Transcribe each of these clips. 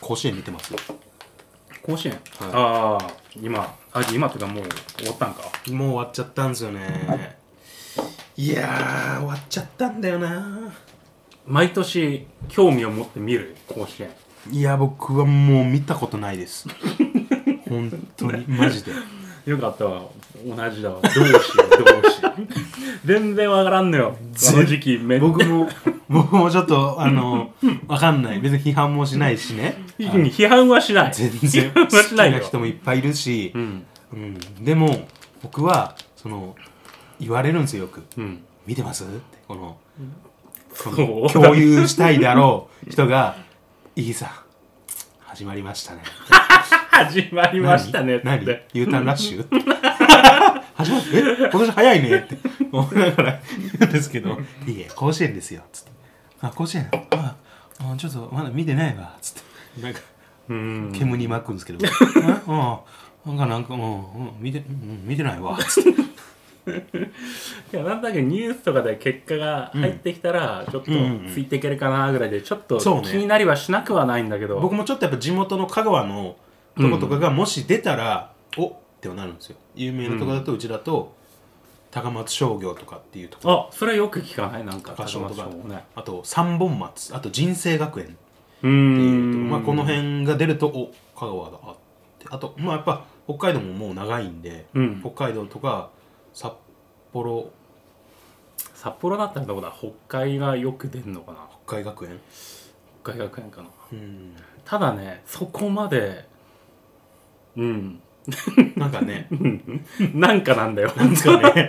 甲子園見てますよ甲子園はああ今あ今というかもう終わったんかもう終わっちゃったんですよねいやー終わっちゃったんだよな毎年興味を持って見る甲子園いや僕はもう見たことないです 本当にマジでよかったわ同じだわ どうしようどうしよう全然わからんのよこの時期めっ僕も僕もちょっとあのわかんない別に批判もしないしね批判はしない全然批判好はしきないなよ人もいっぱいいるしう、んうん、でも僕はその言われるんですよよくうん「見てます?」ってこのそう共有したいだろう人が「いいさ始まりましたね」始まりましたねっ何て U ターンラッ シュ始まってえ今年早いねって思いながら言うんですけど「いいえ甲子園ですよ」つって「あ甲子園ああちょっとまだ見てないわ」つってなんかうん煙に巻くんですけど「ああなんかなんかうんうん見てうん見てないわ」つっていやなんだけニュースとかで結果が入ってきたら、ちょっとうんうんうんついていけるかなぐらいでちょっと気そうねになりはしなくはないんだけど、僕もちょっとやっぱ地元の香川のとことかがもし出たら「おっ!」てはなるんですよ有名なとこだとうちだと高松商業とかっていうとこあそれよく聞かないなんか高松とか高松ねあと三本松あと人生学園うーっていうとんこまあ、この辺が出るとお香川だあってあとまあやっぱ北海道ももう長いんで、うん北海道とか札幌札幌だったらどこだ北海がよく出るのかな北海学園北海学園かなうんただねそこまでうん なんか ねなんかなんだ よなんかね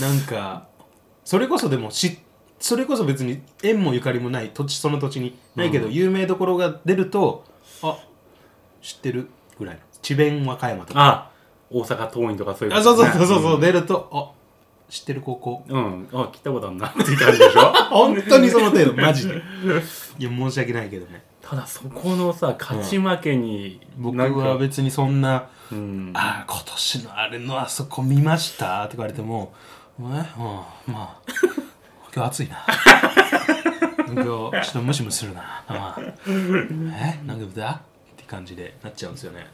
なんかそれこそでもしそれこそ別に縁もゆかりもない土地その土地にないけど、有名どころが出るとあ知ってるぐらいの智弁和歌山とかあ大阪桐蔭とかそういうあそうそうそうそうそう出るとあ知ってる高校ううんあ来たことあるなっていう感じで しょ本当にその程度マジで いや申し訳ないけどねただそこのさ勝ち負けに、僕なんかは別にそんなうん「ああ今年のあれのあそこ見ました」って言われても「えうんまあ 今日暑いな」 今日ちょっとムシムシするな、まあ、えなんか豚って感じでなっちゃうんですよね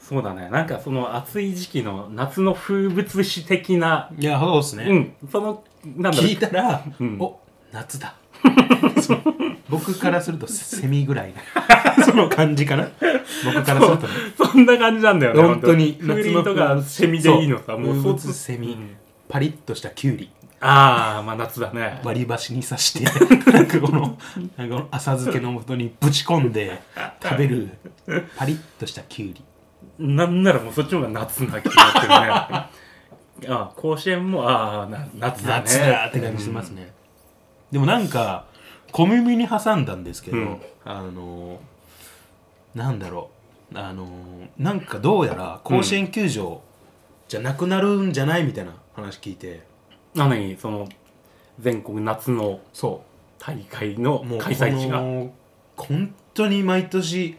そうだねなんかその暑い時期の夏の風物詩的ないやそうですね、うんそのなんだろう聞いたら「うんお夏だ」 そう僕からするとセミぐらいなその 感じかな僕からするとね そんな感じなんだよね本当に風鈴とかセミでいいのさそうもう風そ物セミ、うんパリッとしたキュウリああまあ夏だね割り箸に刺して なんかこのなんかこの浅漬けのもとにぶち込んで食べるパリッとしたキュウリなんならもうそっちの方が夏な気 になってるねああ甲子園もああな夏だね夏だって感じしますね、でもなんか小耳に挟んだんですけど、うんあのーなんだろうあのーなんかどうやら甲子園球場じゃなくなるんじゃないみたいな話聞いてなのにその全国夏のそう大会のもう開催地こがの本当に毎年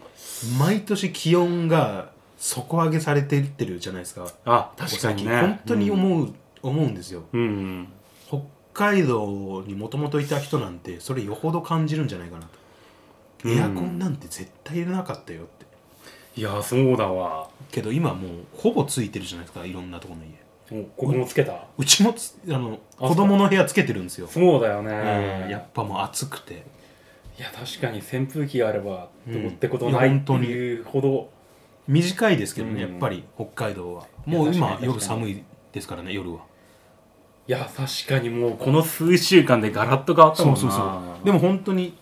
毎年気温が底上げされていってるじゃないですかあ確かにここね最近本当に思う、思うんですようん、うん北海道にもともといた人なんてそれよほど感じるんじゃないかなとうんエアコンなんて絶対なかったよって、いやそうだわけど今もうほぼついてるじゃないですかいろんなところの家おここもつけたうちもつあのあ子供の部屋つけてるんですよ、そうだよねうんやっぱもう暑くていや確かに扇風機があればうんどこってことないいやって本当にいうほど、短いですけどね、うんやっぱり北海道はいやもう今確かに確かに夜寒いですからね夜はいや確かにもうこの数週間でガラッと変わったもんなでも本当に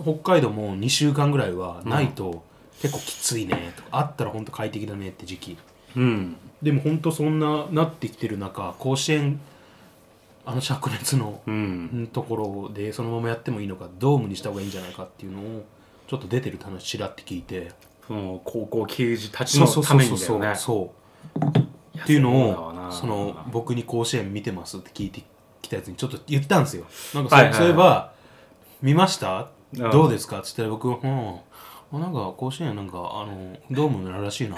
北海道も2週間ぐらいはないと結構きついねとか、あったら本当快適だねって時期うんでも本当そんななってきてる中甲子園あの灼熱のうんところでそのままやってもいいのかドームにした方がいいんじゃないかっていうのをちょっと出てる話ちらって聞いてその高校球児たちのためにだよねそうっていうのそうだわをなその僕に甲子園見てますって聞いてきたやつにちょっと言ったんですよなんかそ,、はういはいはいそういえば「見ましたうんどうですか?」っつったら僕「うんあなんか甲子園なんかあのドームになるらしいな」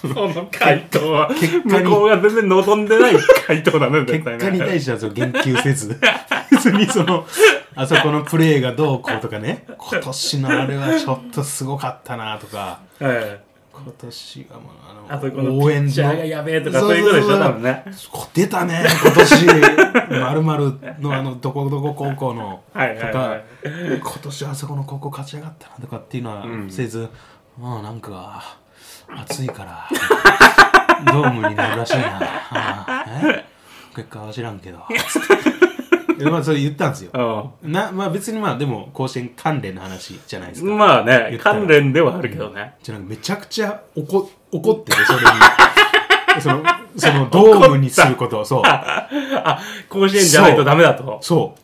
その回答は結果向にこうが全然望んでない回答だね結 絶対果に ね対してはその言及せず別にそのあそこのプレーがどうこうとかね今年のあれはちょっとすごかったなとかはい今年がもうあのあそこのピッチャーがやべえとか応そう援いうのことでしょ多分ねこ出たね今年まるまるのあのどこどこ高校のとか、はいはいはい今年あそこの高校勝ち上がったなとかっていうのはうんせず、もうなんか暑いからドームになるらしいなあーえ結果は知らんけ どつってでまあそれ言ったんですようなまあ別にまあでも甲子園関連の話じゃないですか、んまあ言ねったら関連ではあるけどねじゃあなんかめちゃくちゃ怒怒ってるそれに そのそのドームにすることをそうあ甲子園じゃないとダメだとそう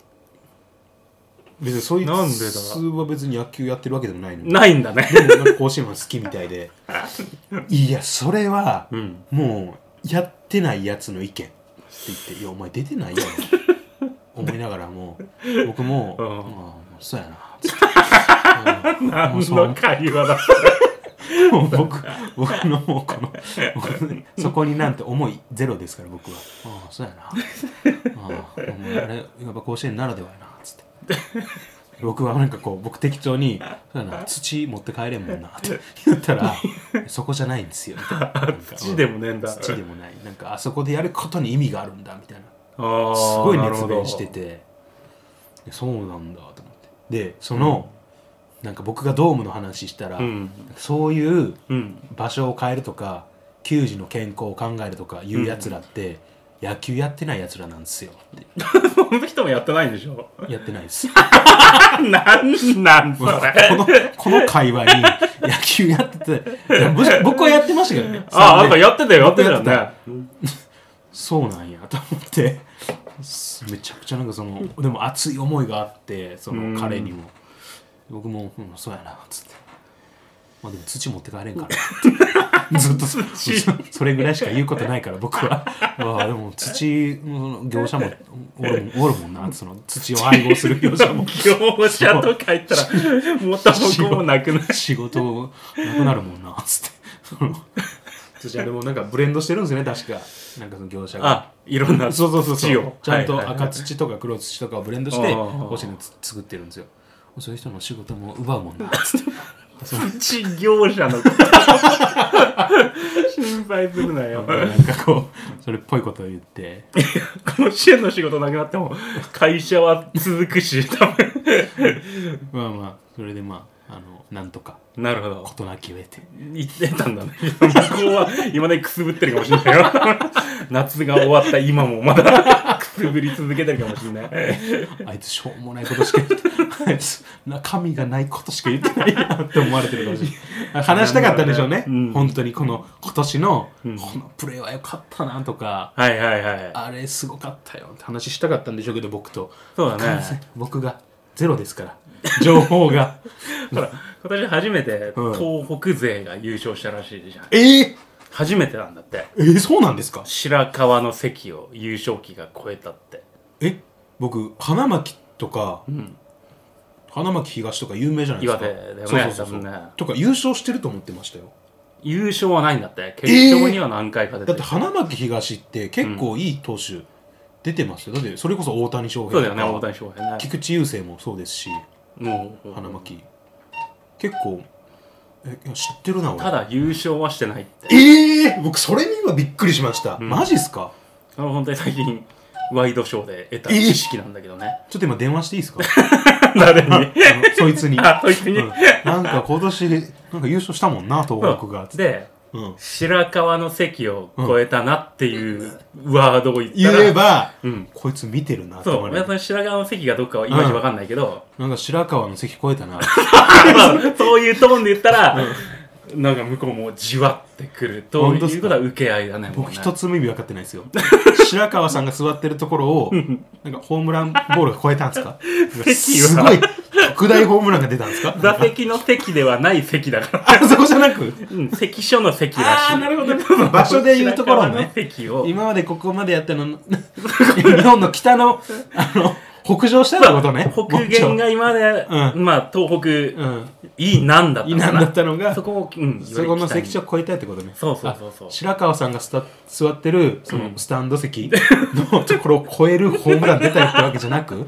別にそいつなんでだは別に野球やってるわけでもないのにないんだねでもなんか甲子園は好きみたい でいやそれはうんもうやってないやつの意見って言って「いやお前出てないよ」 思いながらもう僕も「うんああそうやな」つってうんもう何そうの会話だもう 僕僕のもうこの僕のそこになんて思いゼロですから僕はああそうやなあ あお前あれやっぱ甲子園ならではやなっつって僕はなんかこう僕適当に「そうや な土持って帰れんもんな」って言ったら「そこじゃないんですよ」み たいななんか土でもねえんだ土でもないなんかあそこでやることに意味があるんだみたいなああすごい熱なるほ弁どしてていやそうなんだと思ってでその、なんか僕がドームの話したら、うんそういううん 場所を変えるとか球児の健康を考えるとかいうやつらって、野球やってないやつらなんですよってその人もやってないんでしょ やってないですなんなんそこれのこの会話に野球やってていやむし僕はやってましたけどねああなんかやってたよやってたよやっねそうなんやと思ってめちゃくちゃなんかそのでも熱い思いがあってその彼にも僕も、うん、そうやなっつってまあでも土持って帰れんから ずっとそそれぐらいしか言うことないから僕はああでも土の業者もおるもんおるもんなその土を配合する業者 も業者とか言ったら元も子もなくなる仕事なくなるもんなつってその 土あれもなんかブレンドしてるんですよね確かなんかその業者があいろんなそうそうそうそ土うをちゃんはいとはい赤土とか黒土とかをブレンドしてあーおしに作ってるんですよそういう人の仕事も奪うもん な土業者のこと 心配するなよなんかこうそれっぽいことを言って甲子園の仕事なくなっても会社は続くし多分まあまあそれでまああのなんとかなるほど事なきを得て言ってたんだね向こうは今ねくすぶってるかもしれ ないよ夏が終わった今もまだくすぶり続けてるかもしれないあいつしょうもないことしか言ってあいつ中身がないことしか言ってないなって思われてるかもしれない話したかったんでしょうねうん本当にこの今年のこうんのプレーは良かったなとかはいはいはいあれすごかったよって話したかったんでしょうけど僕とそうだ完ね全僕がゼロです から情報がほら今年初めてうん東北勢が優勝したらしいじゃんえー、初めてなんだってえー、そうなんですか白河の関を優勝旗が超えたってえ僕花巻とかうん花巻東とか有名じゃないですか岩手だよねそうそうそうそう多分ねとか優勝してると思ってましたよ優勝はないんだって決勝には何回か出てだっるて花巻東って結構いい投手出てますよだってそれこそ大谷翔そ平うだとよね大か谷翔平ね菊池雄星もそうですしもう花巻結構えいや知ってるな俺ただ優勝はしてないってええ僕それに今びっくりしました、んマジっすかあの本当に最近ワイドショーで得た知識なんだけどね ちょっと今電話していいですか誰にあの そいつにあそいつにうんなんか今年なんか優勝したもんな東北が、でうん、白河の関を超えたなっていうワードを言ったら、言えば、うんこいつ見てるなって思そわうれ皆るさん白河の関がどっかはいまいちわかんないけど、なんか白川の席超えた なまあ そういうトーンで言ったら、なんか向こうもじわってくると本当っいすうかことは受け合いだねもう僕ね一つも意味分かってない ですよ白川さんが座ってるところをなんかホームランボールが超えたんです か席はすごい特大ホームランが出たん ですか座席の席ではない席だからあそこじゃなくうん、関所の席らしい。あーなるほど場所で言うところ ね白河の席を。今までここまでやったの 日本の北のあの北上したってことね北限が今まで、うまあ、東北、うんいいなんだったいのなかんだったのがそこを、うん、そこの席所長を超えたいってことねそうそうそうそうあ白川さんがスタ座って るそのスタンド席のところを超えるホームラン出たよってわけじゃなく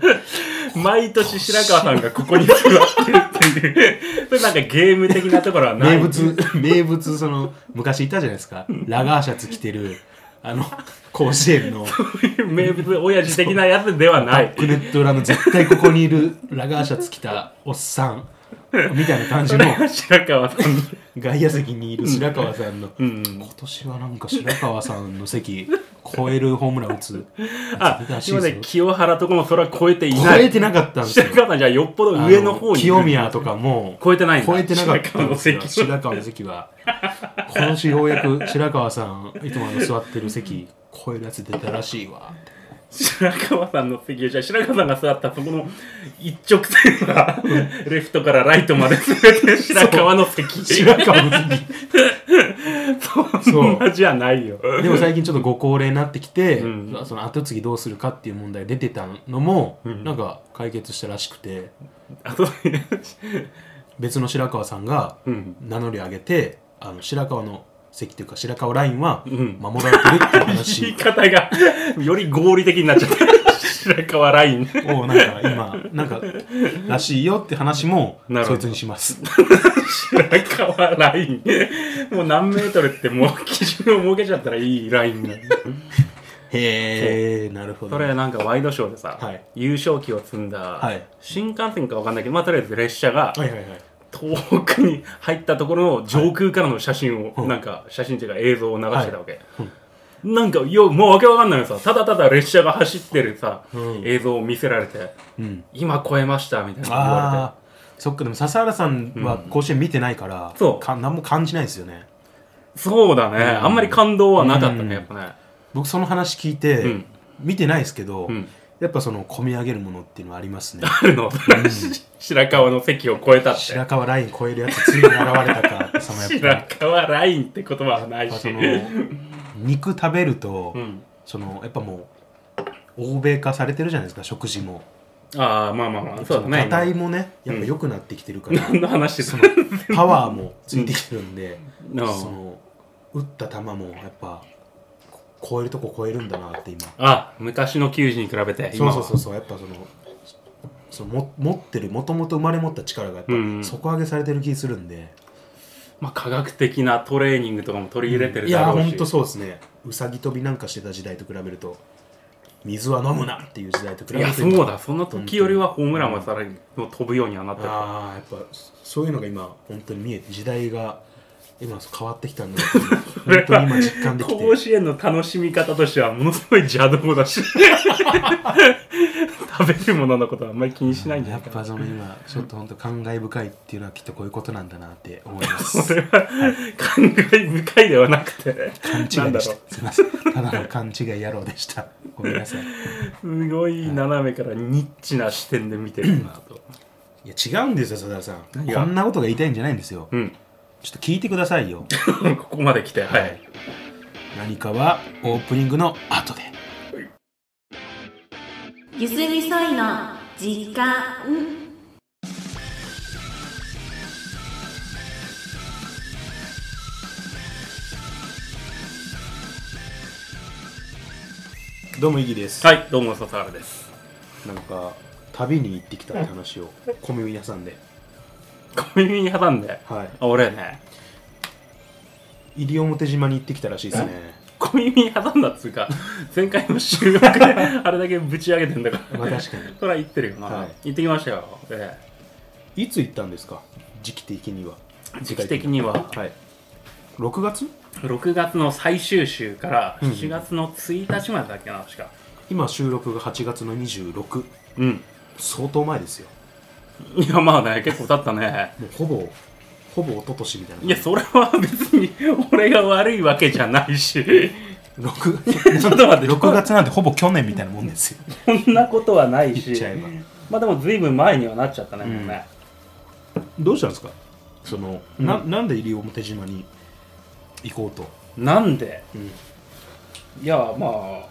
毎年白川さんがここに座ってるって いう。それなんかゲーム的なところはない。名物、名物、その、昔いたじゃないですか。ラガーシャツ着てる、あの、甲子園の、 名物親父的なやつではなバいッ。クネット裏の絶対ここにいるラガーシャツ着たおっさん、みたいな感じの、白川さ んの。外野席にいる白川さんの、ん今年はなんか白川さんの席、超えるホームラン打つ。あ打つら、しい今ですねよ、清原とかもそれは超えてい超なえい。てなかったんですよ白。川さんじゃあよっぽど上の方あに。清。宮とかも、超えてないんだ。超えてなかったんですよ白白川の席は今年ようやく白川さんいつもあの座ってる席超えるやつ出たらしいわ白川さんの席をじゃあ白川さんが座ったそこの一直線がレフトからライトまで全て白川の席白川の席 そんなじゃないよでも最近ちょっとご高齢になってきて、うんその後継ぎどうするかっていう問題出てたのも、んなんか解決したらしくてあと別の白川さんがうん名乗り上げてあの白川の席というか白川ラインはうん守られてるっていう 話、言い方がより合理的になっち ゃった白川ラインをなんか今なんからしいよって話もなるほそどいつにします白川ラインもう何メートルってもう基準を設けちゃったらいいラインなんだへえなるほどそれなんかワイドショーでさ、はい優勝旗を積んだ、はい新幹線かわかんないけどまあとりあえず列車がはいはいはい遠くに入ったところの上空からの写真を、うんなんか写真っていうか映像を流してたわけ、なんかよもうわけわかんないのさただただ列車が走ってるさ、うん映像を見せられてうん今超えましたみたいなの言わああそっかでも笹原さんは甲子園見てないから、そうか何も感じないですよねれてそうだね、あんまり感動はなかったね、うんやっぱね僕その話聞いて、うん見てないですけど、うんやっぱその込み上げるものっていうのはありますねあるの、白川の席を超えたって白川ライン超えるやつついに現れたかってそのやっ白川ラインって言葉はないぱしその肉食べると、うんそのやっぱもう欧米化されてるじゃないですか食事もああまあまあまあそうだねがたいもねやっぱ良くなってきてる から、何の話ですそかのパワーもついてきてるんで、うんその打った球もやっぱこ超えるとこ超えるんだなって今あ昔の球児に比べてそ今うはそうそうそうやっぱそのそのも持ってるもともと生まれ持った力がやっぱうん底上げされてる気するんで、まあ、科学的なトレーニングとかも取り入れてるいだやろうし、ほんとそうですねうさぎ跳びなんかしてた時代と比べると水は飲むなっていう時代と比べいるやとそ今うだそんな時よりはホームランはさらにもう飛ぶようにはなってるからああやっぱそういうのが今本当に見えて時代が今変わってきたんだ なって本当に今実感できて甲子園の楽しみ方としてはものすごい邪道 だし食べるもののことはあんまり気にしないんじゃやなっいかぱその今ちょっと本当感慨深いっていうのはきっとこういうことなんだなって思いまなす それは感慨深いではなくて勘違いなんだでしろたうすいませんただの勘違い野郎でしたごめんなさいすごい斜めからニッチな視点で見てるなといや違うんですよ佐田さん何がこんなことが言いたいんじゃないんですようんちょっと聞いてくださいよここまで来てはい何かはオープニングの後でゆすみそいの時間どうもイギですはいどうも笹原ですなんか旅に行ってきたって話を小耳に挟んで小耳に挟んではいあ俺ね西表島に行ってきたらしいですね小耳に挟んだっつうか前回の収録であれだけぶち上げてんだからまあ確かにそれは言ってるよな、はい言ってきましたよ、えいつ行ったんですか時期的にはえ時期的にははい6月6月の最終週から7月の1日までだっけな確か今収録が8月の26うん相当前ですよいやまあね結構経ったねもうほぼほぼ一昨年みたいないやそれは別に俺が悪いわけじゃないし6 ちょっと待って6月なんてほぼ去年みたいなもんですよこんなことはない言っちゃえばまあでも随分前にはなっちゃったね、もうねどうしたんですかそのなうなんで西表島に行こうと、なんでうんいや ま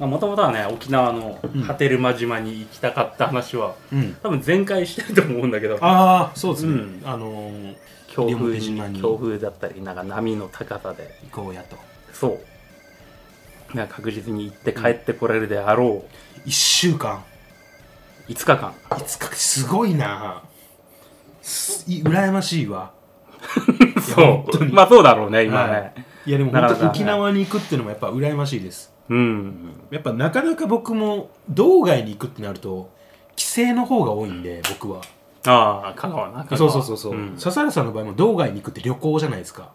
あもともとはね沖縄の波照間島に行きたかった話は、多分全開してると思うんだけどああそうですね、うんあのー、強西風表島に強風だったりなんか波の高さで行こうやとそうなんか確実に行って帰ってこれるであろ1週間う、 5日間いつかすごいなすい羨ましい わ本当にまあそうだろうね今ね、はい、いやでもなか本なか当沖縄に行くっていうのもやっぱ羨ましいですうんやっぱなかなか僕も道外に行くってなると帰省の方が多いんで僕はああ香川な香川そうそうそうそう、ん笹原さんの場合も道外に行くって旅行じゃないですか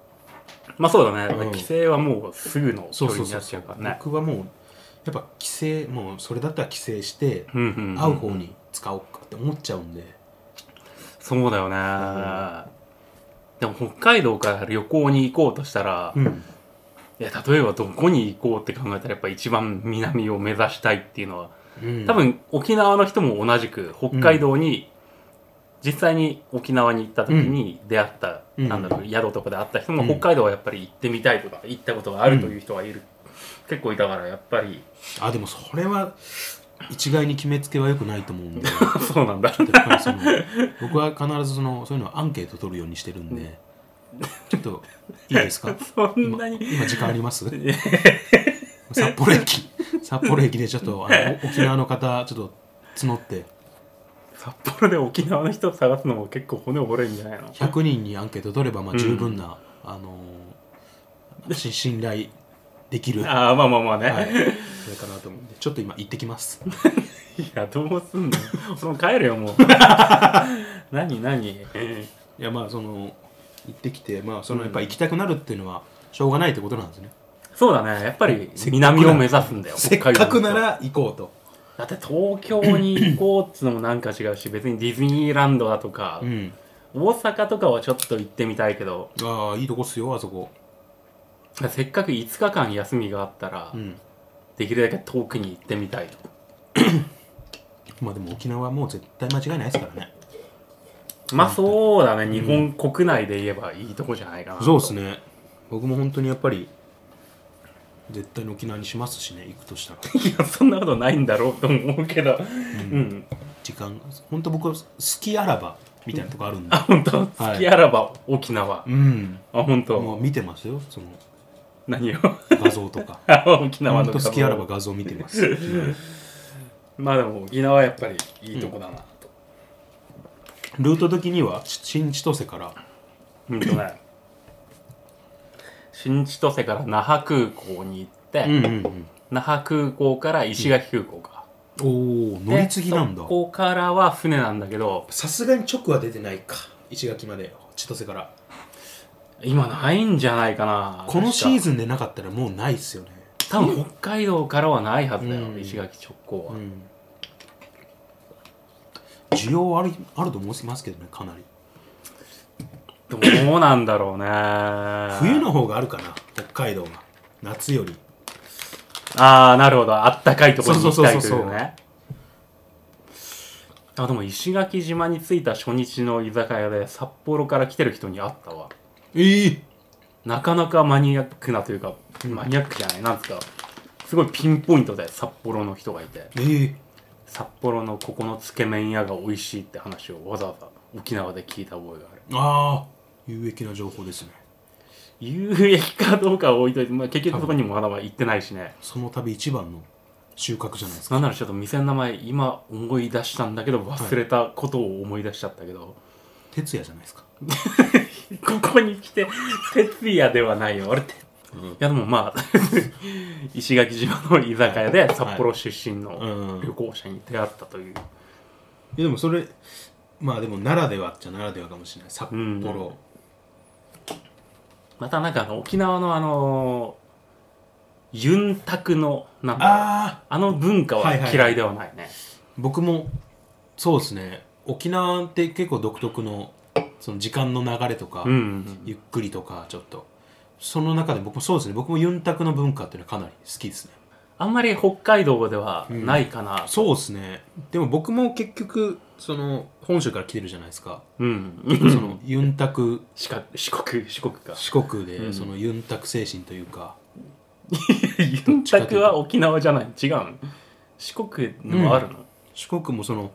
まあそうだね、うん帰省はもうすぐのそ距うそ離うにそうなっちゃうからね僕はもうやっぱ帰省もうそれだったら帰省してうんうんうん会う方に使おうかって思っちゃうんで、そうだよね、でも北海道から旅行に行こうとしたら、うんいや例えばどこに行こうって考えたらやっぱ一番南を目指したいっていうのはうん多分沖縄の人も同じく北海道に、実際に沖縄に行った時に出会った、うんなんだろう宿とかで会った人もうん北海道はやっぱり行ってみたいとか行ったことがあるという人がいる、結構いたからやっぱりあでもそれは一概に決めつけはよくないと思うんで そうなんだやっぱりその僕は必ずそのそういうのはアンケート取るようにしてるんで、ちょっといいですか そん今なに今時間あります札幌駅札幌駅でちょっとあの沖縄の方ちょっと募って札幌で沖縄の人を探すのも結構骨折れるんじゃないの100人にアンケート取ればまあ十分な、あのーし信頼できる、はい、ああまあまあまあね、そい、れかなと思うんでちょっと今行ってきますやどうすんの俺も帰るよ もう何何いやまあその行ってきてまあそのやっぱ行きたくなるっていうのはしょうがないってことなんですね、そうだねやっぱり南を目指すんだよせっ北か海道くの人なら行こうとだって東京に行こうっつのもなんか違うし別にディズニーランドだとか、うん大阪とかはちょっと行ってみたいけどああいいとこっすよあそこせっかく5日間休みがあったら、うんできるだけ遠くに行ってみたいとまあでも沖縄はもう絶対間違いないですからねまあそうだね、日本国内で言えばいいとこじゃないかなそうですね僕も本当にやっぱり絶対に沖縄にしますしね行くと したらいや そんなことないんだろうと思うけどうん、時間本当僕は好きあらばみたいなとこあるんであ本当はい好きあらば沖縄、うんあ本当もう見てますよその何を 画像と かあ沖縄本の当好きあらば画像見てます まあでも沖縄はやっぱりいいとこだなと、ルート的には新千歳からうんとね 新千歳から那覇空港に行って、うんうん那覇空港から石垣空港か、うんおお乗り継ぎなんだでそこからは船なんだけどさすがに直は出てないか石垣まで千歳から今ないんじゃないかなこのシーズズンでなかったらもうないっすよね多分北海道からはないはずだよ、うん石垣直行は、うん需要あるあると思いますけどねかなりどうなんだろうね冬の方があるかな北海道が夏よりああなるほどあったかいところに行きたいとそうそういそうそううねあでも石垣島に着いた初日の居酒屋で札幌から来てる人に会ったわええなかなかマニアックなというか、うんマニアックじゃないなんですかすごいピンポイントで札幌の人がいてええ札幌のここのつけ麺屋が美味しいって話をわざわざ沖縄で聞いた覚えがあるああ有益な情報ですね有益かどうかは置いといて、まあ、結局そこにもまだまだ行ってないしねその旅一番の収穫じゃないですかなんならちょっと店の名前今思い出したんだけど忘れたことを思い出しちゃったけど、徹夜じゃないですかここに来て徹夜ではないよ俺って、いやでもまあ 石垣島の居酒屋で札幌出身はいうんうのん旅行者に出会ったという、いやでもそれまあでもならではっちゃならではかもしれない札うん、またなんかあの沖縄のあのユンタクのなんかあああの文化ははいはい嫌いではないね、僕もそうですね沖縄って結構独特のその時間の流れとか、うんうんゆっくりとかちょっとその中で僕もそうですね僕もユンタクの文化っていうのはかなり好きですねあんまり北海道ではないかな、そうですねでも僕も結局その本州から来てるじゃないですかうん、 そのユンタク四国四国四国 か四国で、うんそのユンタク精神というかユンタクは沖縄じゃない違うの四国にもあるの四国もその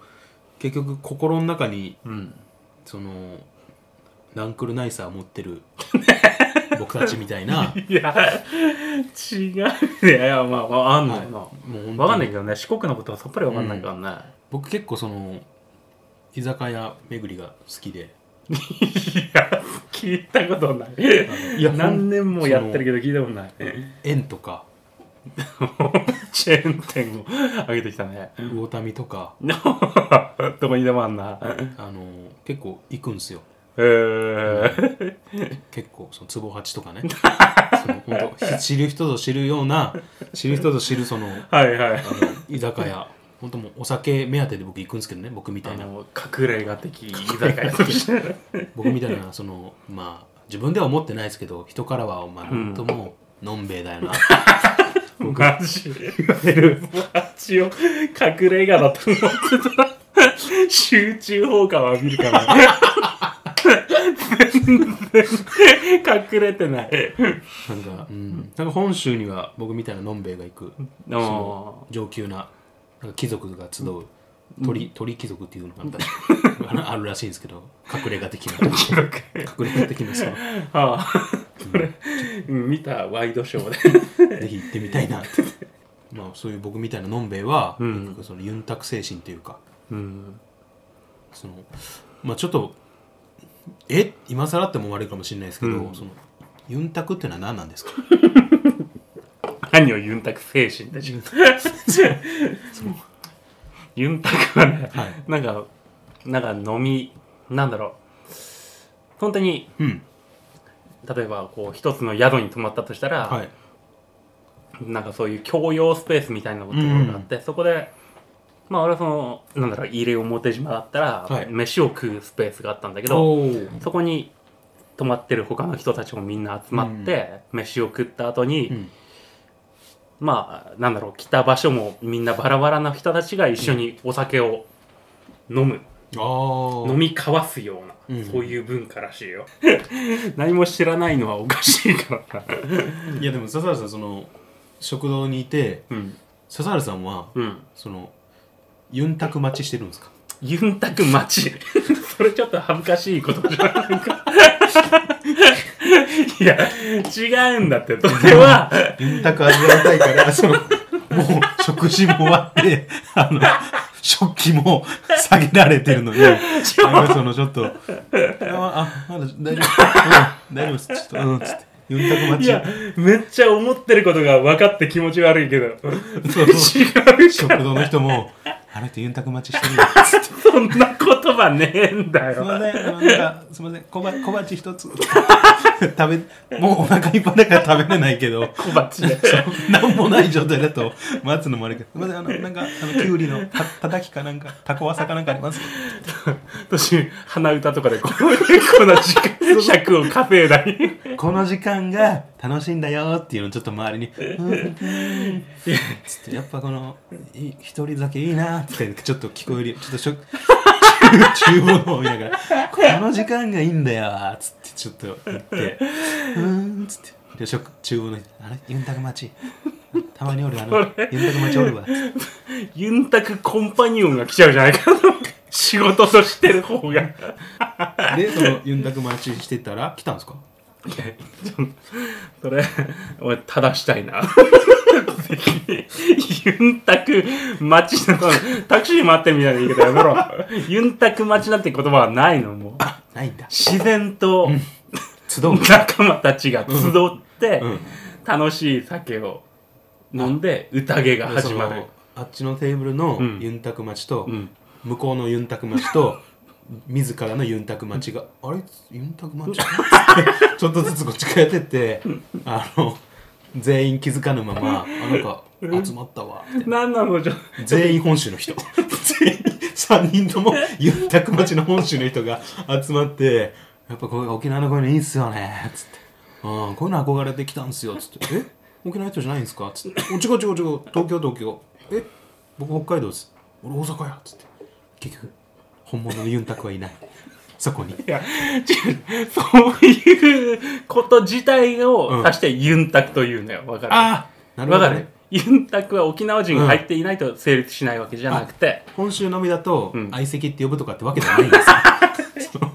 結局心の中にうん、 そのナンクルナイサー持ってる僕たちみたいないや違うねいやまあまああんのよな、もう本当に分かんないけどね四国のことはさっぱり分かんないからね、僕結構その居酒屋巡りが好きでいや聞いたことないいや何年もやってるけど聞いたことない円とかチェーン店を上げてきたね魚民とか どこにでもあんなあの結構行くんですよえー、結構その壺八とか ねその本当知る人ぞ知るような知る人ぞ知るそのあはいはいの居酒屋本当もうお酒目当てで僕行くんですけどね僕みたあいなの隠れ家的居酒屋として僕みたいなそのまあ自分では思ってないですけど人からはまあん本当もうのんべえだよなマジマ ジを隠れ家だと思ってたら集中砲火を浴びるから全然隠れて ないなん か、うん、なんか本州には僕みたいなのんべえが行くあー上級ななんか貴族が集う鳥,、鳥貴族っていうの があるらしいんですけど隠れ家的な隠れ家的な そのああそれ、うん見たワイドショーでぜひ行ってみたいなってまあそういう僕みたいなのんべえは、結構そのユンタク精神というかうんそのまあちょっとえ今更っても悪いかもしれないですけど、そのユンタクっていうのは何なんです か何をユンタク精神でしょユンタクはね、はいなんかなんか飲みなんだろう本当にうん例えばこう一つの宿に泊まったとしたら、はいなんかそういう共用スペースみたいなところがあって、そこでまあ俺はそのなんだろう入れ表島だったら、はい飯を食うスペースがあったんだけどおーそこに泊まってる他の人たちもみんな集まって、飯を食った後に、うんまあなんだろう来た場所もみんなバラバラな人たちが一緒にお酒を飲む、あー飲み交わすような、うんそういう文化らしいよ 何も知らないのはおかしいからないやでも笹原さんその食堂にいてうん笹原さんは、うんそのユンタク待ちしてるんですかユンタク待ち それちょっと恥ずかしいことじゃない かいや違うんだ ってそれはユンタク味わいたいから、その、もう食事も終わって、 あの、食器も下げられてる のに、なんかそのちょっと、あ、あまだ大丈夫、うん、大丈夫です、ちょっと、うん、つって、ユンタク待いちや、めっちゃ思ってることが分かって気持ち悪いけど。違そうそうう食から、堂の人も、あの人ユンタク待ちしてるよ、つって。そんな言葉ねえんだすいよ。ません、あのなんか、すみません、小鉢小鉢一つ。 食べ、もうお腹いっぱいだから食べれないけど、小鉢で。なんもない状態だと待つのもあるけど、すみません、あの、なんか、あの、きゅうりのたたたきかなんか、たこわさかなんかあります私、鼻歌とかでこういう、この時間、尺を稼いだり。この時間が楽しいんだよっていうのをちょっと周りに、うんつって、やっぱこの、い一人酒いいなって、ちょっと聞こえるよ、ちょっとしょ、厨房を見ながら、この時間がいいんだよつって、ちょっと言って、うーん、つって。で、食、厨房の人、あれユンタク待ち。たまにおる、あの、ユンタク待ちおるわ。ユンタクコンパニオンが来ちゃうじゃないか。仕事としてる方が。いやで、その、ユンタク待ちしてたら、来たんですかちょっとそれ、俺、正したいな。 ぜひユンタク待ちの、タクシー待ってみたいな言い方やめろ。ユンタク待ちなんて言葉はないの、もう。ないんだ。自然と集う。仲間たちが集ってうん楽しい酒を飲んで宴が始まそるのあっちのテーブルのんユンタク待ちと、ん向こうのユンタク待ち と自らのユンタク待ちが「あれユンタク 待ち?」ちょっとずつこっちからやってってあの全員気づかぬまま「あなんか集まったわ」みたいな何なのじゃ 全員本州の人全員3人ともユンタク待ちの本州の人が集まって「やっぱこう沖縄のこういうのいいっすよね」つって「うんこういうの憧れてきたんすよ」つって「え沖縄人じゃないんですか?」つって「お違う違う違う東京東京え僕北海道です俺大阪や」つって結局本物のユンタクはいないそこにいや違うそういうこと自体を指してユンタクというのよわかるああなるわほかど、るね、ユンタクは沖縄人が入っていないと成立しないわけじゃなくて本州のみだとん 相席って呼ぶとかってわけじゃないんですよその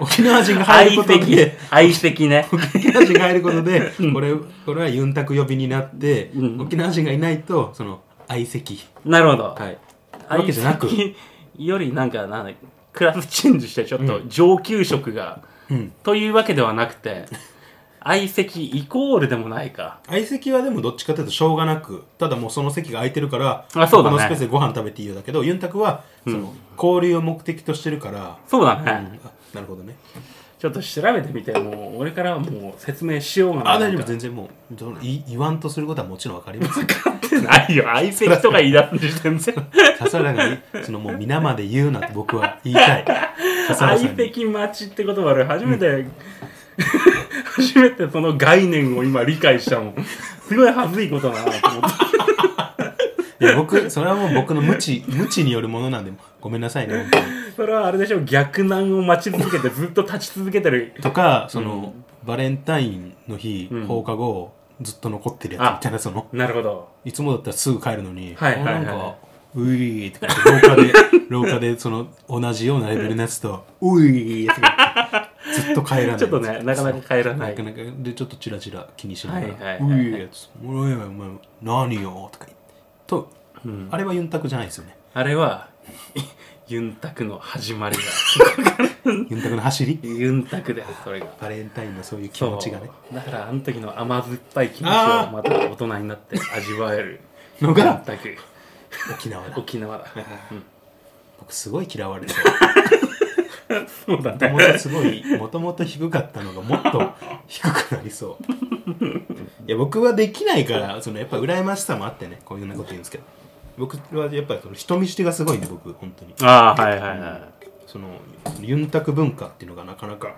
沖沖縄人が入愛ること的で、愛的ね。沖縄人が入ることで、これこれはユンタク呼びになって、うん沖縄人がいないとその相席なるほど。はいわ愛けじゃなく、的よりなんか、なんだクラブチェンジしてちょっと上級職が、うん、というわけではなくて、愛席イコールでもないか。相席はでもどっちかというとしょうがなくただもうその席が空いてるからあそうだねこのスペースでご飯食べていいよだけどユンタクはその、交流を目的としてるから、そうだね。うんあなるほどねちょっと調べてみて、もう俺からはもう説明しようがない。あ大丈夫全然もうどのい言わんとすることはもちろんわかります然。 ないよ、愛席とか言い出して全然。さすが にそのもう皆まで言うなって僕は言いたい笹原さ愛んに的待ちって言葉俺初めて、 初めてその概念を今理解したもんすごい恥ずいことだなと思っいてや僕それはもう僕の無知無知によるものなんでごめんなさいね本当にそれはあれでしょ逆難を待ち続けてずっと立ち続けてるとかその、バレンタインの日、ん放課後ずっと残ってるやつみたいなそのなるほどいつもだったらすぐ帰るのに、はいはいはいあなんか「うい」とか言って廊下で廊 下でその同じようなレベルのやつと「うい」とか言ってずっと帰らないちょっとねなかなか帰らないなかなかでちょっとチラチラ気にしながらはいはいはい「うい」やつ「おいおいお前何よ」とか言ってと、あれはユンタクじゃないですよねあれはユンタクの始まりがユンタクの走りユンタクだよそれがバレンタインのそういう気持ちがねそうだからあの時の甘酸っぱい気持ちをあーまた大人になって味 わえるのユンがタク沖縄だ沖縄だ、僕すごい嫌われてるそうだもともとすごいもともと低かったのがもっと低くなりそういや僕はできないからそのやっぱ羨ましさもあってねこういうようなこと言うんですけど僕はやっぱその人見知りがすごいんで僕本当にああはいはいはそのユンタク文化っていうのがなかなか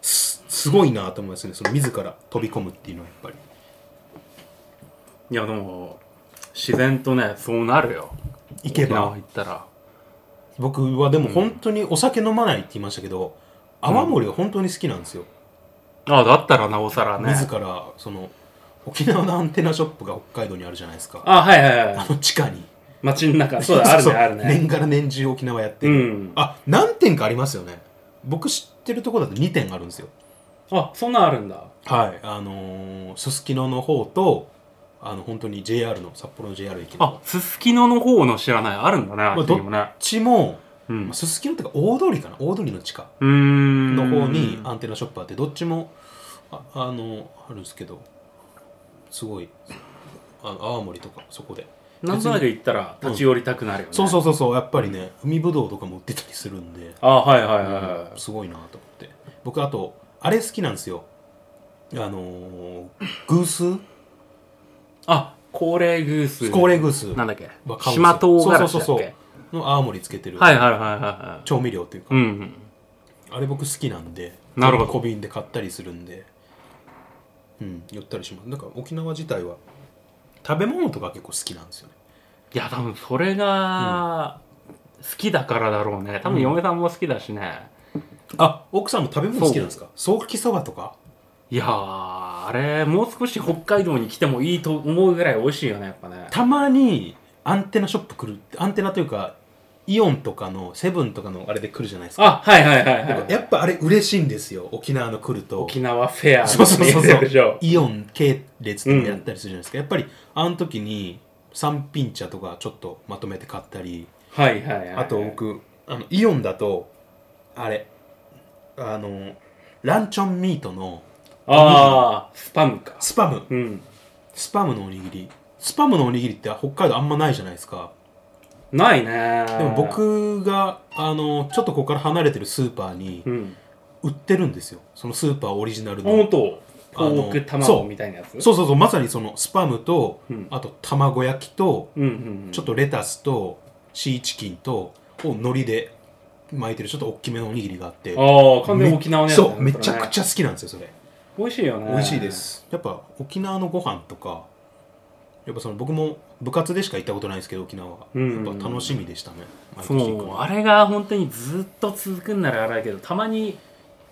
すすごいなと思いますねその自ら飛び込むっていうのはやっぱりいいやでも自然とねそうなるよ行けば沖縄行ったら僕はでも本当にお酒飲まないって言いましたけど泡盛が本当に好きなんですよ、ああだったらなおさらね自らその沖縄のアンテナショップが北海道にあるじゃないですかあはいはいはあいの地下に街の中そう だあるそうねあるね年から年中沖縄やってうる、んあ何店かありますよね僕知ってるとこだと2店あるんですよあそんなんあるんだはいあのーすすきのの方とあの本当に JR の札幌の JR 駅のあすすきのの方の知らないあるんだねあっちにもどっねちもうんまあすすきのってか大通りかな大通りの地下うーんの方にアンテナショップあってどっちもああのあるんですけどすごいあの青森とかそこでなんとなく行ったら立ち寄りたくなるよねそうそうそうそうやっぱりね海ぶどうとかも売ってたりするんであはいはいはいはいすごいなと思って僕あとあれ好きなんですよあのー、偶数あ高齢グース高齢偶数なんだっけわかんない島唐辛子そうだっそうそうけそうの青森つけてるはいはいはいはいはい調味料っていうか、うんあれ僕好きなんでなるほど小瓶で買ったりするんでうん寄ったりしますだから沖縄自体は食べ物とか結構好きなんですよねいや多分それが好きだからだろうね多分嫁さんも好きだしね、あ奥さんも食べ物好きなんですかソーキそばとかいやーあれもう少し北海道に来てもいいと思うぐらい美味しいよねやっぱねたまにアンテナショップ来るアンテナというかイオンとかのセブンとかのあれで来るじゃないですかあはいはいはいはいやっぱあれ嬉しいんですよ沖縄の来ると沖縄フェアそうそうそうでしそょうイオン系列とかやったりするじゃないですか、やっぱりあの時に三品茶とかちょっとまとめて買ったりはいはいはいはいあと僕あのイオンだとあれあのランチョンミートのああスパムかスパムうんスパムのおにぎりスパムのおにぎりって北海道あんまないじゃないですかないねでも僕があのちょっとここから離れてるスーパーにうん売ってるんですよそのスーパーオリジナルの本当あのポークそ卵うみたいなやつそうそうそうまさにそのスパムと、うんあと卵焼きと、うんうんうんちょっとレタスとシーチキンとを海苔で巻いてるちょっと大きめのおにぎりがあってああ完全に沖縄のやつだねそうめちゃくちゃゃ好きなんですよそれ美味しいよね美味しいですやっぱ沖縄のご飯とかやっぱその僕も部活でしか行ったことないですけど沖縄は、うんやっぱ楽しみでしたね毎そ年行くのうあれが本当にずっと続くんならあれだけどたまに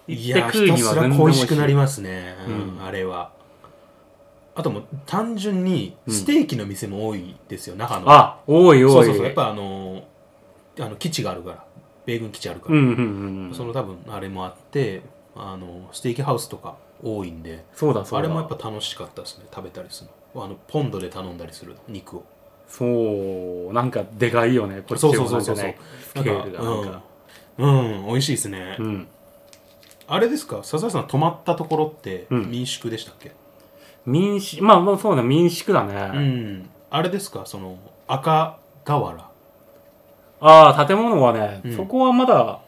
い行ってや食ひうたにはす全ら然恋美味しくなりますね、うんうんあれはあともう単純にステーキの店も多いですよ、那覇のあ多い多いそうそうそうやっぱあのーあの基地があるから米軍基地あるかうら、んうんうんうんその多分あれもあってあのステーキハウスとか多いんでそうだそうだあれもやっぱ楽しかったですね食べたりするのあのポンドで頼んだりするの肉をそうなんかでかいよねこれそうそうそうそうなそんうかねスケールがなんかうん、うん、美味しいですね、うんあれですか笹井さん泊まったところってうん民宿でしたっけ、民宿まあまあそうだ民宿だね、うん、あれですかその赤瓦ああ建物はね、うんそこはまだ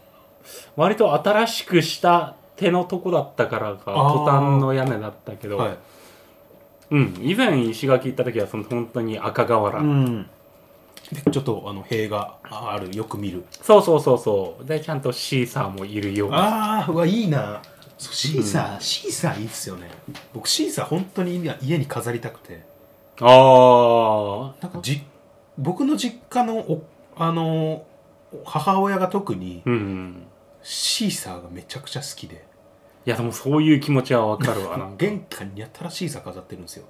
割と新しくした手のとこだったからかあートタンの屋根だったけど、はい、うん以前石垣行った時はその本当に赤瓦、ん、でちょっとあの塀があるよく見るそうそうそうそうでちゃんとシーサーもいるようなああうわいいなそうシーサー、シーサーいいっすよね僕シーサー本当に今家に飾りたくてあなんかじ僕の実家のおあの母親が特にーうんシーサーがめちゃくちゃ好きでいやでもそういう気持ちはわかるわ なんか玄関にやたらシーサー飾ってるんですよ、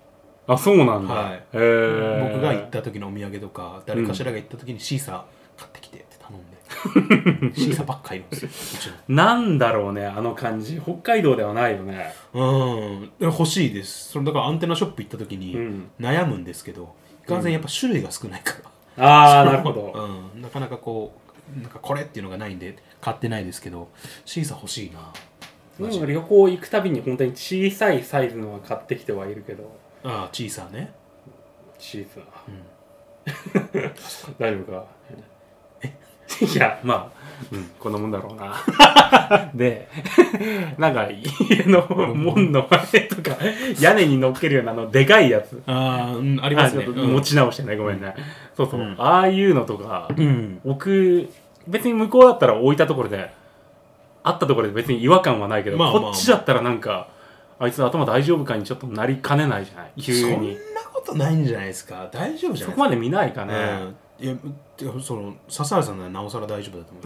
あそうなんだ、はいへー僕が行った時のお土産とか誰かしらが行った時にシーサー買ってきてって頼 んで、シーサーばっかいるんですようちのなんだろうねあの感じ北海道ではないよねうん、欲しいです。それだからアンテナショップ行った時うにん悩むんですけど、いかんせんやっぱ種類が少ないから。ああなるほ どうん、なかなかこう、なんかこれっていうのがないんで買ってないですけど、シーサー欲しいな。マジでも旅行行くたびに本当に小さいサイズのは買ってきてはいるけどああ、チーサーね。シーズンはうん、大丈夫か いやまあ、うん、こんなもんだろうな でなんか家の門の前とか屋根に乗っけるようなあのでかいやつああ、うん、ありますね。あちょっとうん持ち直してねごめんね、そうそう、うんああいうのとかうん。置く別に向こうだったら置いたところであったところで別に違和感はないけど、まあまあまあこっちだったらなんかあいつ頭大丈夫かにちょっとなりかねないじゃない急そんになことないんじゃないですか。大丈夫じゃないそですか。こまで見ないかね、うん、いやてかその笹原さんならなおさら大丈夫だと思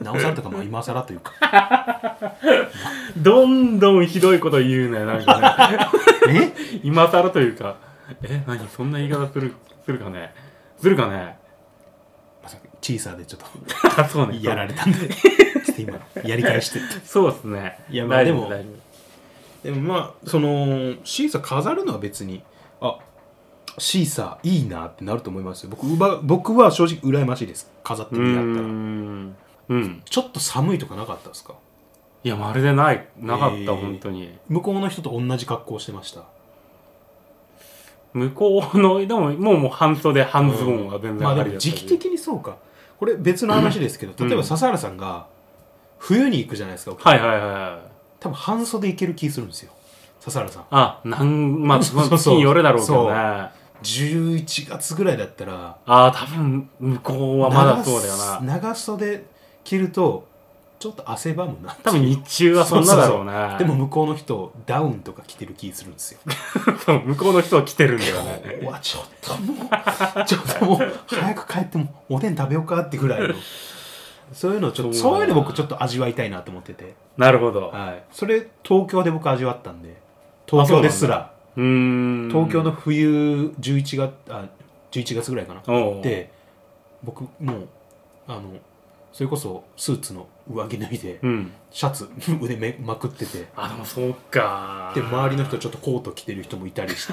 うなおさらとかまあ今さらというかどんどんひどいこと言うねなんかねえ今更というかえ何そんな言い方するするかねするかねまさかチーサーでちょっとあそうねやられたんでちょっと今やり返してってそうですねいやまあ大丈で夫も大丈夫でもまあそのシーサー飾るのは別にあシーサーいいなってなると思いますよ僕うば僕は正直羨ましいです飾ってうーみるやったらんうんちょっと寒いとかなかったですかいやまるでないなかった、えー本当に向こうの人と同じ格好してました向こうのでももうもう半袖半ズボンは全然まああでりもだ時期的にそうかこれ別の話ですけど、うん例えば笹原さんが冬に行くじゃないですか、はいはいはい多分半袖行ける気するんですよ笹原さんあなんまあそうそう月によるだろうけどそねうあ11月ぐらいだったらあ多分向こうはまだそうだよ長すな長袖着るとちょっと汗ばむな多分日中はそんなだろうねでも向こうの人ダウンとか着てる気するんですよそう向こうの人は来てるんだよねうわちょっともうちょっともう早く帰ってもおでん食べようかってぐらいのそういうのちょっとそうそうだいなうの僕ちょっと味わいたいなと思ってて なるほどうはいそれ東京で僕味わったんで東京ですらーん東京の冬11月あ11月ぐらいかなおうで僕もうあのそれこそスーツの上着脱いで、うんシャツ 腕めまくっててあでもそうかで周りの人ちょっとコート着てる人もいたりして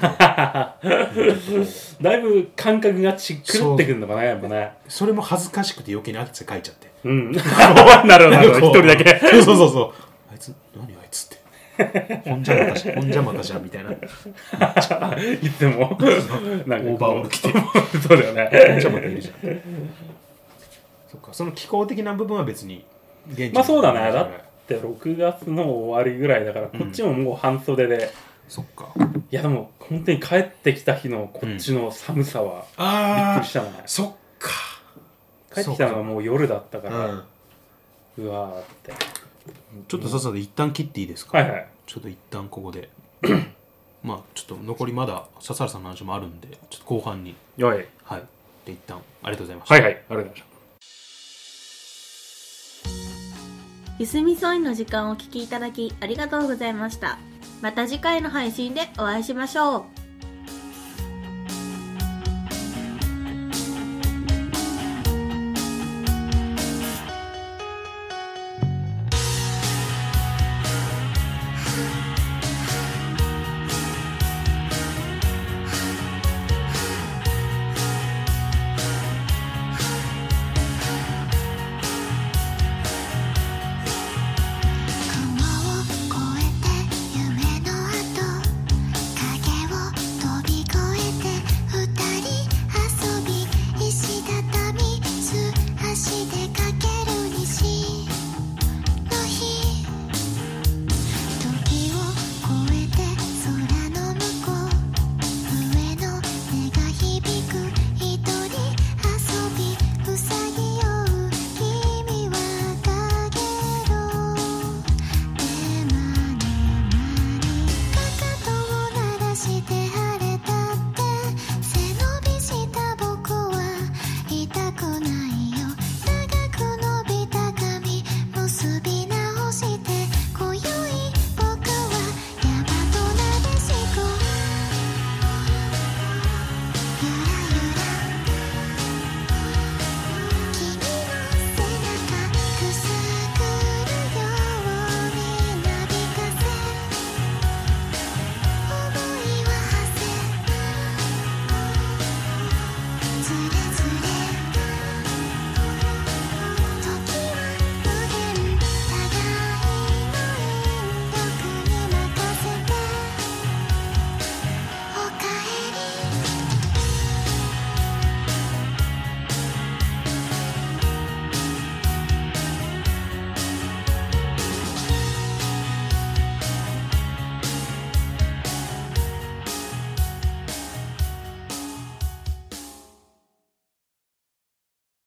だいぶ感覚がち狂ってくるのか なやっぱねそれも恥ずかしくて余計に汗かいちゃってうん なるほどなる ほど一人だけそうそうそうそうあいつ何あいつってほんじゃまかしほんじゃまかじゃんみたいなほんいつ もなんかオーバーオール着て そうだよ ね じゃまかいるじゃんそっかその気候的な部分は別に現地のまあそうだねだって6月の終わりぐらいだからこっちももう半袖で、いそっかやでも本当に帰ってきた日のこっちの寒さはびっくありしたね、そっか帰ってきたのがもう夜だったかうらうんわーってちょっとさっさと一旦切っていいですか、はいはいちょっと一旦ここで まあちょっと残りまだ笹原さんの話もあるんでちょっと後半によいはいで一旦ありがとうございました、はいはいありがとうございましたゆすみそいの時間をお聞きいただきありがとうございましたまた次回の配信でお会いしましょう